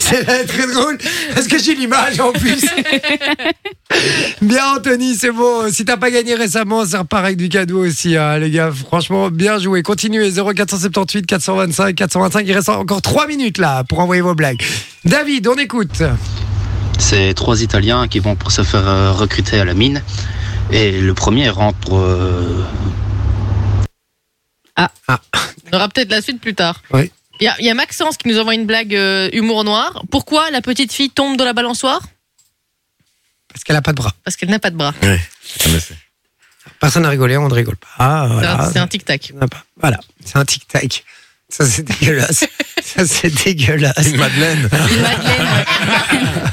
Speaker 1: C'est très drôle parce que j'ai l'image en plus. bien Anthony, c'est bon. Si t'as pas gagné récemment, ça repart avec du cadeau aussi, hein, les gars. Franchement, bien joué. Continuez 0478 425 425. Il reste encore 3 minutes là pour envoyer vos blagues. David, on écoute.
Speaker 11: C'est trois Italiens qui vont pour se faire euh, recruter à la mine. Et le premier rentre pour, euh,
Speaker 5: On aura peut-être la suite plus tard.
Speaker 1: Oui.
Speaker 5: Il y, a- il y a Maxence qui nous envoie une blague euh, humour noir. Pourquoi la petite fille tombe de la balançoire
Speaker 1: Parce qu'elle a pas de bras.
Speaker 5: Parce qu'elle n'a pas de bras.
Speaker 1: Personne n'a rigolé, on ne rigole pas. Ah,
Speaker 5: C'est un-
Speaker 1: voilà.
Speaker 5: C'est un tic-tac.
Speaker 1: On n'a pas. Voilà, c'est un tic-tac. Ça, c'est dégueulasse. Ça, c'est dégueulasse.
Speaker 12: Une madeleine.
Speaker 5: Ah,
Speaker 1: ça,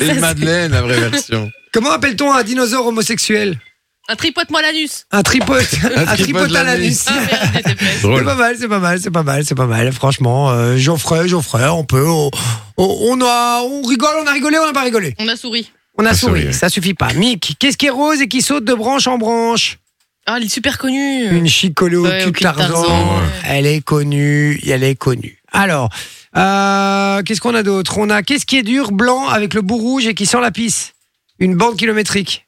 Speaker 12: C'est
Speaker 1: c'est-
Speaker 12: une madeleine, la vraie version.
Speaker 1: Comment appelle-t-on un dinosaure homosexuel
Speaker 5: Un tripote-moi l'anus.
Speaker 1: Un tripote.
Speaker 12: Un
Speaker 1: un tripote à l'anus.
Speaker 5: Ah, merde, j'étais prête.
Speaker 1: C'est pas mal, c'est pas mal, c'est pas mal, c'est pas mal. Franchement, euh, Geoffrey, Geoffrey, on peut. On, on- on a, on rigole, on a rigolé, on n'a pas rigolé.
Speaker 5: On a souri.
Speaker 1: On a
Speaker 12: Ah,
Speaker 1: souri,
Speaker 12: souri, oui.
Speaker 1: ça suffit pas. Mick, qu'est-ce qui est rose et qui saute de branche en branche
Speaker 5: Ah, il est super connu.
Speaker 1: Une chicolo
Speaker 5: Ouais,
Speaker 1: cul
Speaker 5: au
Speaker 1: de
Speaker 5: cul de Tarzan,
Speaker 1: Tarzan.
Speaker 5: ouais.
Speaker 1: Elle est connue, elle est connue. Alors, euh, qu'est-ce qu'on a d'autre On a qu'est-ce qui est dur, blanc, avec le bout rouge et qui sent la pisse Une bande kilométrique.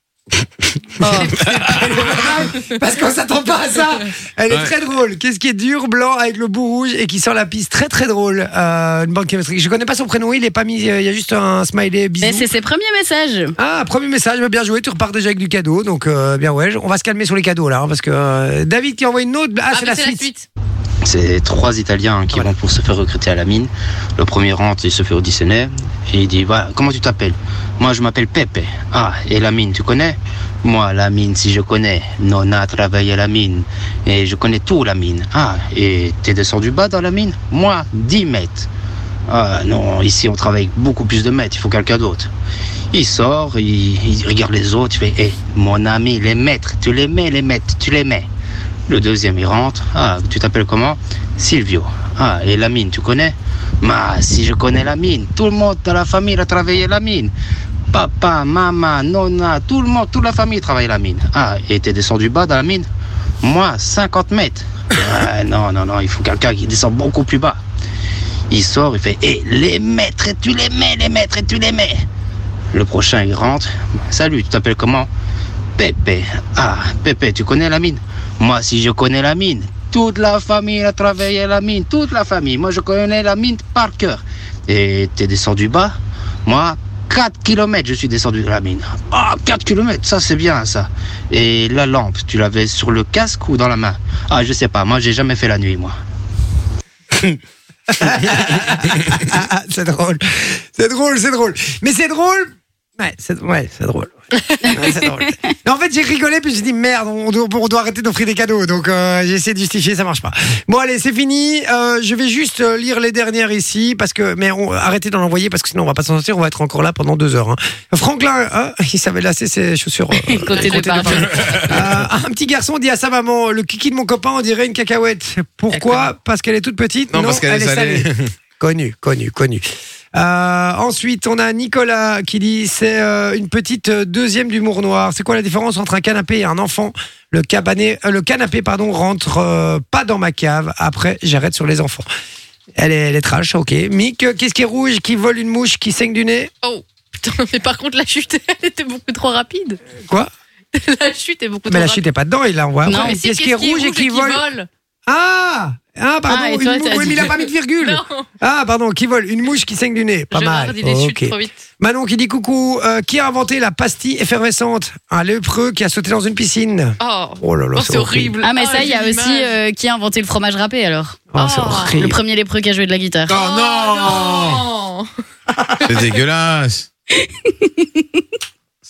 Speaker 5: Oh.
Speaker 1: Elle est pas mal, Parce qu'on s'attend pas à ça. Elle est
Speaker 2: Ouais.
Speaker 1: très drôle. Qu'est-ce qui est dur, blanc, avec le bout rouge et qui sent la piste Très très drôle. Euh, une banque kilométrique. Je connais pas son prénom. Il est pas mis. euh, Il y a juste un smiley bisou.
Speaker 3: Mais c'est ses premiers messages.
Speaker 1: Ah, premier message. mais Bien joué. Tu repars déjà avec du cadeau. Donc euh, bien ouais. On va se calmer sur les cadeaux là, hein, parce que euh, David qui envoie une autre. Ah,
Speaker 5: Ah,
Speaker 1: c'est
Speaker 5: mais
Speaker 1: la suite.
Speaker 11: C'est trois Italiens qui vont pour se faire recruter à la mine. Le premier rentre, il se fait auditionner et il dit Voilà, Comment tu t'appelles Moi, je m'appelle Pepe. Ah, et la mine, tu connais Moi, la mine, si je connais. Nona a travaillé à la mine et je connais tout la mine. Ah, et t'es descendu bas dans la mine Moi, 10 mètres. Ah non, ici on travaille avec beaucoup plus de mètres, il faut quelqu'un d'autre. Il sort, il, il regarde les autres, il fait Hé, mon ami, les mètres, tu les mets, les mètres, tu les mets. Le deuxième, il rentre. Ah, tu t'appelles comment Silvio. Ah, et la mine, tu connais Bah, si je connais la mine, tout le monde dans la famille a travaillé la mine. Papa, maman, nonna, tout le monde, toute la famille travaille la mine. Ah, et t'es descendu bas dans la mine Moi, 50 mètres. Ah, non, non, non, il faut quelqu'un qui descend beaucoup plus bas. Il sort, il fait Et les maîtres, et tu les mets, les maîtres, et tu les mets Le prochain, il rentre. Salut, tu t'appelles comment Pépé. Ah, Pépé, tu connais la mine Moi, si je connais la mine, toute la famille a travaillé la mine, toute la famille. Moi, je connais la mine par cœur. Et t'es descendu bas Moi, 4 km, je suis descendu de la mine. Ah, 4 km, ça c'est bien ça. Et la lampe, tu l'avais sur le casque ou dans la main Ah, je sais pas, moi, j'ai jamais fait la nuit, moi.
Speaker 1: Ah, ah, c'est drôle. C'est drôle, c'est drôle. Mais c'est drôle. Ouais, c'est ouais, c'est drôle. Ouais, c'est drôle. Mais en fait, j'ai rigolé, puis j'ai dit merde, on doit, on doit arrêter d'offrir des cadeaux. Donc, euh, j'ai essayé de justifier, ça marche pas. Bon, allez, c'est fini. Euh, je vais juste euh, lire les dernières ici, parce que, mais on- arrêtez d'en envoyer, parce que sinon, on va pas s'en sortir, on va être encore là pendant deux heures. hein. Franklin, hein, il savait lasser ses chaussures. euh,
Speaker 3: Côté
Speaker 1: côté
Speaker 3: départ.
Speaker 1: départ. Euh, un petit garçon dit à sa maman Le kiki de mon copain, on dirait une cacahuète. Pourquoi Parce qu'elle est toute petite
Speaker 12: Non, parce qu'elle est salée.
Speaker 1: Connu, connu, connu. Euh, ensuite, on a Nicolas qui dit c'est euh, une petite euh, deuxième d'humour noir. C'est quoi la différence entre un canapé et un enfant Le cabané, euh, le canapé, pardon, rentre euh, pas dans ma cave. Après, j'arrête sur les enfants. Elle est, elle est trash, ok. Mick, euh, qu'est-ce qui est rouge, qui vole une mouche, qui saigne du nez
Speaker 5: Oh, putain, mais par contre, la chute, elle était beaucoup trop rapide.
Speaker 1: Quoi
Speaker 5: La chute est beaucoup
Speaker 1: Mais
Speaker 5: trop
Speaker 1: la
Speaker 5: rapide.
Speaker 1: chute est pas dedans, il l'a envoyé.
Speaker 5: Non, mais si,
Speaker 1: Qu'est-ce qui est rouge et qui vole Ah Ah, pardon,
Speaker 5: Ah, et
Speaker 1: une
Speaker 5: toi,
Speaker 1: mou-
Speaker 5: t'as
Speaker 1: oui,
Speaker 5: dit-
Speaker 1: mais il a pas mis de virgule.
Speaker 5: Non,
Speaker 1: Ah, pardon, qui vole Une mouche qui saigne du nez. Pas mal.
Speaker 5: Gérard, il est chute
Speaker 1: Ok.
Speaker 5: trop vite.
Speaker 1: Manon qui dit coucou. euh, qui a inventé la pastille effervescente Un lépreux qui a sauté dans une piscine.
Speaker 5: Oh,
Speaker 1: Oh là là,
Speaker 5: oh, c'est horrible.
Speaker 3: Ah, mais
Speaker 5: Oh,
Speaker 3: ça, il y a
Speaker 5: j'ai
Speaker 3: aussi
Speaker 5: l'image.
Speaker 3: euh, qui a inventé le fromage râpé alors.
Speaker 1: Oh, c'est
Speaker 5: Oh,
Speaker 1: horrible.
Speaker 3: Le premier lépreux qui a joué de la guitare.
Speaker 12: Oh non
Speaker 5: Oh,
Speaker 12: C'est dégueulasse.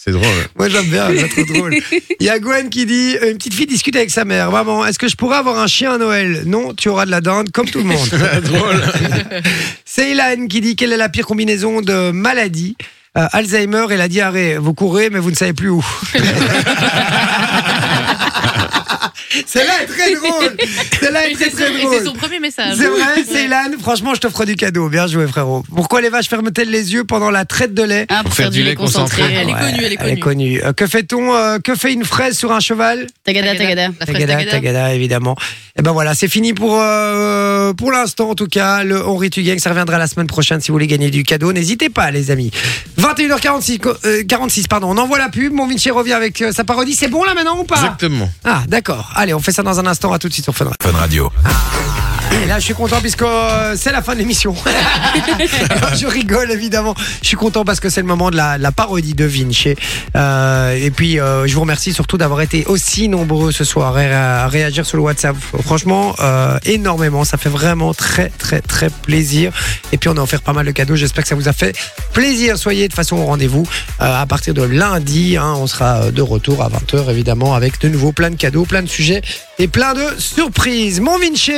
Speaker 12: C'est drôle.
Speaker 1: Moi j'aime bien, c'est trop drôle. Il y a Gwen qui dit euh, une petite fille discute avec sa mère. Maman, est-ce que je pourrais avoir un chien à Noël Non, tu auras de la dinde comme tout le monde.
Speaker 12: drôle.
Speaker 1: C'est Hélène qui dit quelle est la pire combinaison de maladies Euh, Alzheimer et la diarrhée. Vous courez, mais vous ne savez plus où. Celle-là est très drôle. Celle-là est
Speaker 5: Et
Speaker 1: très
Speaker 5: c'est
Speaker 1: très
Speaker 5: son- et
Speaker 1: drôle.
Speaker 5: c'est son premier
Speaker 3: Ah,
Speaker 5: message.
Speaker 1: C'est vrai,
Speaker 5: Ouais.
Speaker 1: Céline. Franchement, je t'offre du cadeau. Bien joué, frérot. Pourquoi les vaches ferment-elles les yeux pendant la traite de lait
Speaker 3: Ah, pour faire du lait concentré. Elle est connue, elle est
Speaker 1: Elle est connue. Euh, que fait-on euh, Que fait une fraise sur un cheval
Speaker 3: Tagada, tagada. La fraise
Speaker 1: Tagada,
Speaker 3: tagada.
Speaker 1: tagada, évidemment. Et ben voilà, c'est fini pour euh, pour l'instant en tout cas. Le Henri tu gagnes, ça reviendra la semaine prochaine si vous voulez gagner du cadeau. N'hésitez pas, les amis. 21h46, co- euh, 46, pardon. On envoie la pub. Mon Vinci revient avec euh, sa parodie. C'est bon là maintenant ou pas
Speaker 12: Exactement.
Speaker 1: Ah d'accord. Allez, on fait ça dans un instant. À tout de suite sur Fun Radio.
Speaker 13: Fun Radio.
Speaker 1: Et là, je suis content puisque euh, c'est la fin de l'émission. je rigole évidemment. Je suis content parce que c'est le moment de la, la parodie de Vinci. Euh, et puis, euh, je vous remercie surtout d'avoir été aussi nombreux ce soir à, à réagir sur le WhatsApp. Franchement, euh, énormément. Ça fait vraiment très, très, très plaisir. Et puis, on a offert pas mal de cadeaux. J'espère que ça vous a fait plaisir. Soyez de façon au rendez-vous euh, à partir de lundi. hein. on sera de retour à 20h évidemment avec de nouveau plein de cadeaux, plein de sujets et plein de surprises. Mon Vinci.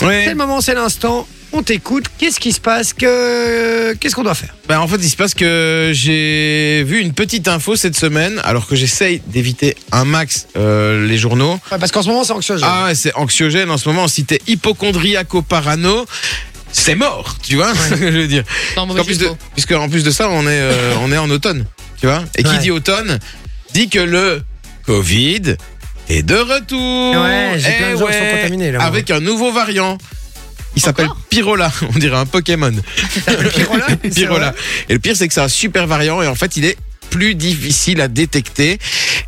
Speaker 1: C'est le moment, c'est l'instant. On t'écoute. Qu'est-ce qui se passe que... Qu'est-ce qu'on doit faire
Speaker 2: Bah,
Speaker 12: Ben, en fait, il se passe que j'ai vu une petite info cette semaine, alors que j'essaye d'éviter un max euh, les journaux.
Speaker 1: Parce qu'en ce moment, c'est anxiogène.
Speaker 12: Ah ouais, c'est anxiogène en ce moment. Si t'es hypochondriaco-parano, c'est mort, tu vois Je veux dire.
Speaker 5: mauvais
Speaker 12: En plus
Speaker 5: jeu de
Speaker 12: de, puisque en plus de ça, on est, euh, on est en automne, tu vois Et qui
Speaker 1: Ouais.
Speaker 12: dit automne dit que le Covid est de retour.
Speaker 1: Ouais, j'ai plein de
Speaker 12: Eh
Speaker 1: gens qui sont contaminés, là, moi.
Speaker 12: Avec un nouveau variant. Il s'appelle Pirola, on dirait un Pokémon.
Speaker 1: Pirola
Speaker 12: Pirola. Et le pire, c'est que c'est un super variant et en fait, il est plus difficile à détecter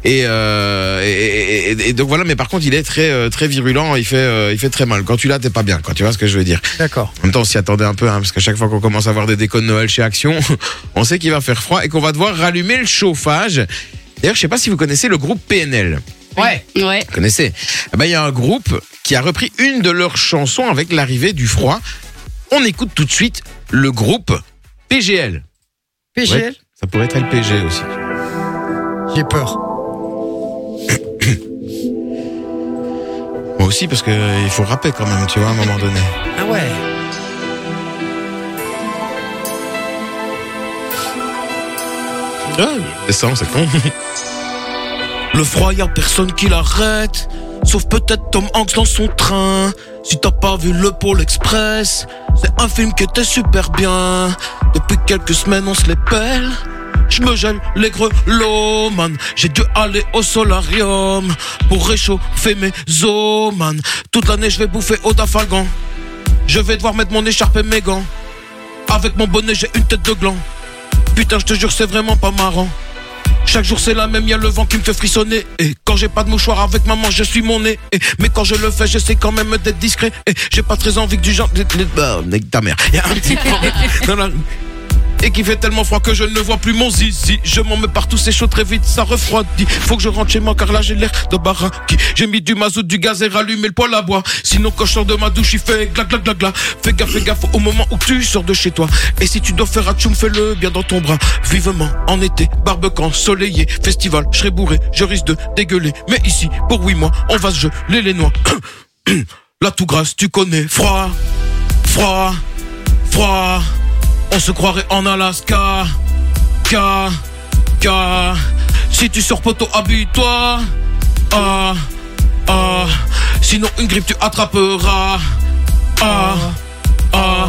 Speaker 12: et, euh, et, et- et donc voilà mais par contre il est très euh, très virulent il fait euh, il fait très mal quand tu l'as t'es pas bien quand tu vois ce que je veux dire
Speaker 1: D'accord.
Speaker 12: en même temps, on s'y attendait un peu, hein, parce qu'à chaque fois qu'on commence à avoir des décos de Noël chez Action, on sait qu'il va faire froid et qu'on va devoir rallumer le chauffage. D'ailleurs, je sais pas si vous connaissez le groupe PNL.
Speaker 3: Ouais. Ouais.
Speaker 12: Vous connaissez Eh ben, Il y a un groupe qui a repris une de leurs chansons avec l'arrivée du froid. On écoute tout de suite le groupe PGL.
Speaker 1: PGL
Speaker 12: Ouais, Ça pourrait être LPG aussi.
Speaker 1: J'ai peur.
Speaker 12: Moi aussi, parce qu'il faut rapper quand même, tu vois, à un moment donné.
Speaker 1: Ah ouais
Speaker 12: C'est ça, c'est con.
Speaker 14: Le froid, y'a personne qui l'arrête. Sauf peut-être Tom Hanks dans son train. Si t'as pas vu Le Pôle Express, c'est un film qui était super bien. Depuis quelques semaines, on se les pèle. Je me gèle les grelots, man. J'ai dû aller au solarium pour réchauffer mes os, man. Toute l'année, je vais bouffer au dafalgan. Je vais devoir mettre mon écharpe et mes gants. Avec mon bonnet, j'ai une tête de gland. Putain, je te jure, c'est vraiment pas marrant. Chaque jour c'est la même, y a le vent qui me fait frissonner. Et quand j'ai pas de mouchoir avec maman, je suis mon nez. Et mais quand je le fais, j'essaie quand même d'être discret. Et j'ai pas très envie que du genre. Bah, nique ta mère. Y a un petit vent dans la- Et qui fait tellement froid que je ne vois plus mon zizi. Je m'en mets partout, c'est chaud très vite, ça refroidit. Faut que je rentre chez moi car là j'ai l'air de baraki. J'ai mis du mazout, du gaz et rallumé le poêle à bois. Sinon quand je sors de ma douche, il fait glac glac glac glac. Fais gaffe, fais gaffe au moment où tu sors de chez toi. Et si tu dois faire un tchoum, fais-le bien dans ton bras. Vivement, en été, barbecue, ensoleillé, festival, je serai bourré, je risque de dégueuler. Mais ici, pour oui mois, on va se geler les noix. La tout grasse, tu connais, froid, froid, froid. On se croirait en Alaska. K, K. Si tu sors poteau, habille-toi. Ah, ah. Sinon, une grippe, tu attraperas. Ah, ah.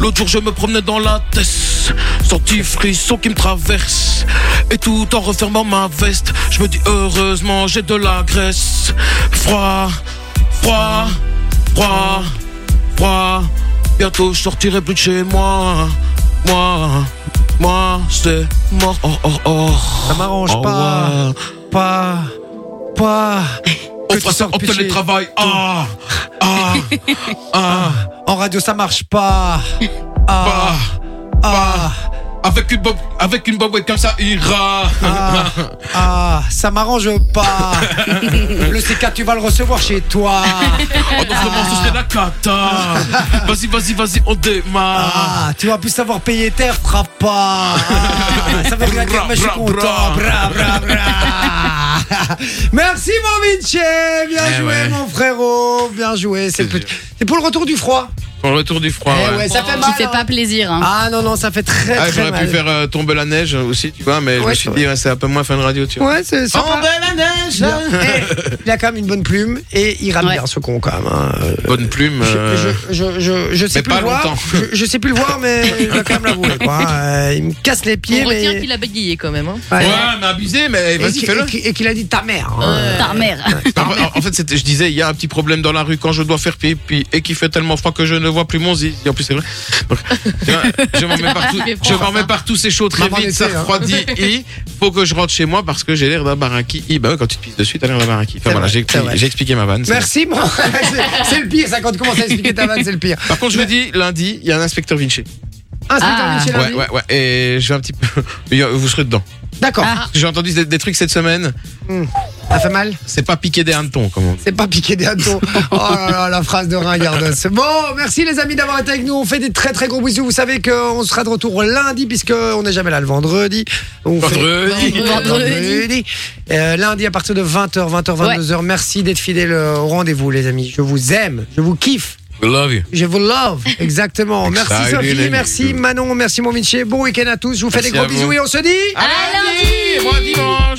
Speaker 14: L'autre jour, je me promenais dans la tête. Senti frisson qui me traverse. Et tout en refermant ma veste, je me dis heureusement, j'ai de la graisse. Froid, froid, froid, froid. Bientôt je sortirai plus de chez moi. Moi, moi, c'est mort. Oh, oh, oh.
Speaker 1: Ça m'arrange pas. Pas. Pas.
Speaker 14: On fera ça en télétravail. Ah, ah, ah.
Speaker 1: En radio, ça marche pas. Ah. Ah.
Speaker 14: Avec une bob, avec une bobouette comme ça, ira.
Speaker 1: Ah. Ah. Ça m'arrange pas. le C4, tu vas le recevoir chez toi.
Speaker 14: Oh non, vraiment,
Speaker 1: Ah.
Speaker 14: ce serait la cata. Vas-y, vas-y, vas-y, on démarre.
Speaker 1: Ah, tu vas plus savoir payer terre, frappe pas. Ah, ça veut rien dire, mais je suis
Speaker 14: Bra, bra,
Speaker 1: content.
Speaker 14: bra.
Speaker 1: Bra, bra, bra. Merci, mon Vinci. Bien
Speaker 12: Eh
Speaker 1: joué,
Speaker 12: ouais.
Speaker 14: Eh
Speaker 1: mon frérot. Bien joué. C'est le, pe- C'est pour le retour du froid.
Speaker 14: Pour le retour du froid.
Speaker 1: Eh
Speaker 14: ouais.
Speaker 1: ouais,
Speaker 5: Oh,
Speaker 1: ça fait
Speaker 3: Qui
Speaker 1: mal.
Speaker 3: fait pas plaisir. hein.
Speaker 1: Ah non, non, ça fait très
Speaker 14: Ah,
Speaker 1: très
Speaker 14: j'aurais pu
Speaker 1: mal.
Speaker 14: faire euh, tomber la neige aussi, tu vois, mais je
Speaker 1: Ouais,
Speaker 14: me suis dit, ouais, c'est un peu moins fun radio, tu vois.
Speaker 1: Ouais, c'est sympa.
Speaker 14: Tomber la neige
Speaker 1: Bien. Eh, Il a quand même une bonne plume et il rame
Speaker 3: Ouais.
Speaker 1: bien ce con quand même. hein. Euh,
Speaker 14: Bonne plume. euh,
Speaker 1: Je, je, je, je sais
Speaker 14: mais
Speaker 1: plus
Speaker 14: pas
Speaker 1: le voir.
Speaker 14: longtemps.
Speaker 1: Je, je sais plus le voir, mais je dois quand même l'avouer. quoi. Euh, il me casse les pieds,
Speaker 5: On retient
Speaker 1: mais.
Speaker 5: qu'il a bégayé quand même. hein.
Speaker 1: Ouais.
Speaker 14: Ouais, mais abusé, mais
Speaker 1: Et
Speaker 14: vas-y,
Speaker 1: qu'il-
Speaker 14: fais-le.
Speaker 1: et qu'il- et qu'il a dit ta mère. hein.
Speaker 3: Ta mère.
Speaker 14: En- En fait, c'était- je disais, il y a un petit problème dans la rue quand je dois faire pipi puis, et qu'il fait tellement froid que je ne vois plus mon zizi. En plus, c'est vrai. Donc, tu vois, je m'en mets partout,
Speaker 5: Il fait
Speaker 14: je
Speaker 5: froid,
Speaker 14: m'en mets partout, c'est chaud très
Speaker 1: Maman
Speaker 14: vite, ça
Speaker 1: l'été, hein.
Speaker 14: refroidit. Il faut que je rentre chez moi parce que j'ai l'air d'un baraki. I, bah ouais, quand tu te pisses dessus, t'as l'air d'un baraki. Enfin
Speaker 1: C'est
Speaker 14: voilà,
Speaker 1: vrai,
Speaker 14: j'ai
Speaker 1: c'est vrai.
Speaker 14: expli- j'ai expliqué ma vanne. c'est
Speaker 1: Merci, moi. C'est- c'est le pire, ça, quand tu commences à expliquer ta vanne, c'est le pire.
Speaker 14: bon. Par contre, je vous dis, lundi, il y a un inspecteur Vinci.
Speaker 1: Inspecteur
Speaker 3: Ah.
Speaker 1: Vinci
Speaker 14: Ouais,
Speaker 1: lundi.
Speaker 14: ouais, ouais. Et je vais un petit peu. Il y a- Vous serez dedans.
Speaker 1: D'accord.
Speaker 14: Parce que J'ai entendu des, des trucs cette semaine.
Speaker 1: Ça fait mal
Speaker 14: C'est pas piquer des hannetons, comme on dit.
Speaker 1: C'est pas piqué des hannetons. Oh là là, la phrase de ringardos. Bon, merci les amis d'avoir été avec nous. On fait des très très gros bisous. Vous savez qu'on sera de retour lundi, puisqu'on n'est jamais là le vendredi. On fait-
Speaker 14: Vendredi.
Speaker 1: Vendredi. Euh, lundi à partir de 20h, 20h, 22h. Merci d'être fidèles euh, au rendez-vous, les amis. Je vous aime, je vous kiffe,
Speaker 14: We love you.
Speaker 1: je vous love. Exactement. Merci
Speaker 14: Excited
Speaker 1: Sophie,
Speaker 14: and
Speaker 1: merci
Speaker 14: good.
Speaker 1: Manon, merci mon Vinci. Bon week-end à tous. Je vous fais
Speaker 14: Merci
Speaker 1: des gros
Speaker 14: à vous. Ah.
Speaker 1: bisous et on se dit.
Speaker 3: À
Speaker 14: Et
Speaker 3: lundi.
Speaker 14: moi, dimanche.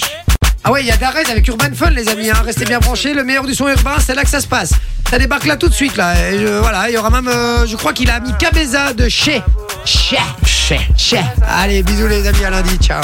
Speaker 1: Ah ouais, il y a Darez avec Urban Fun, les amis. hein. Restez bien branchés. Le meilleur du son urbain, c'est là que ça se passe. Ça débarque là tout de suite. Là. Et, euh, voilà, il y aura même. euh, je crois qu'il a mis Cabeza de chez. Chez. Chez. Chez. Allez, bisous les amis, à lundi. Ciao.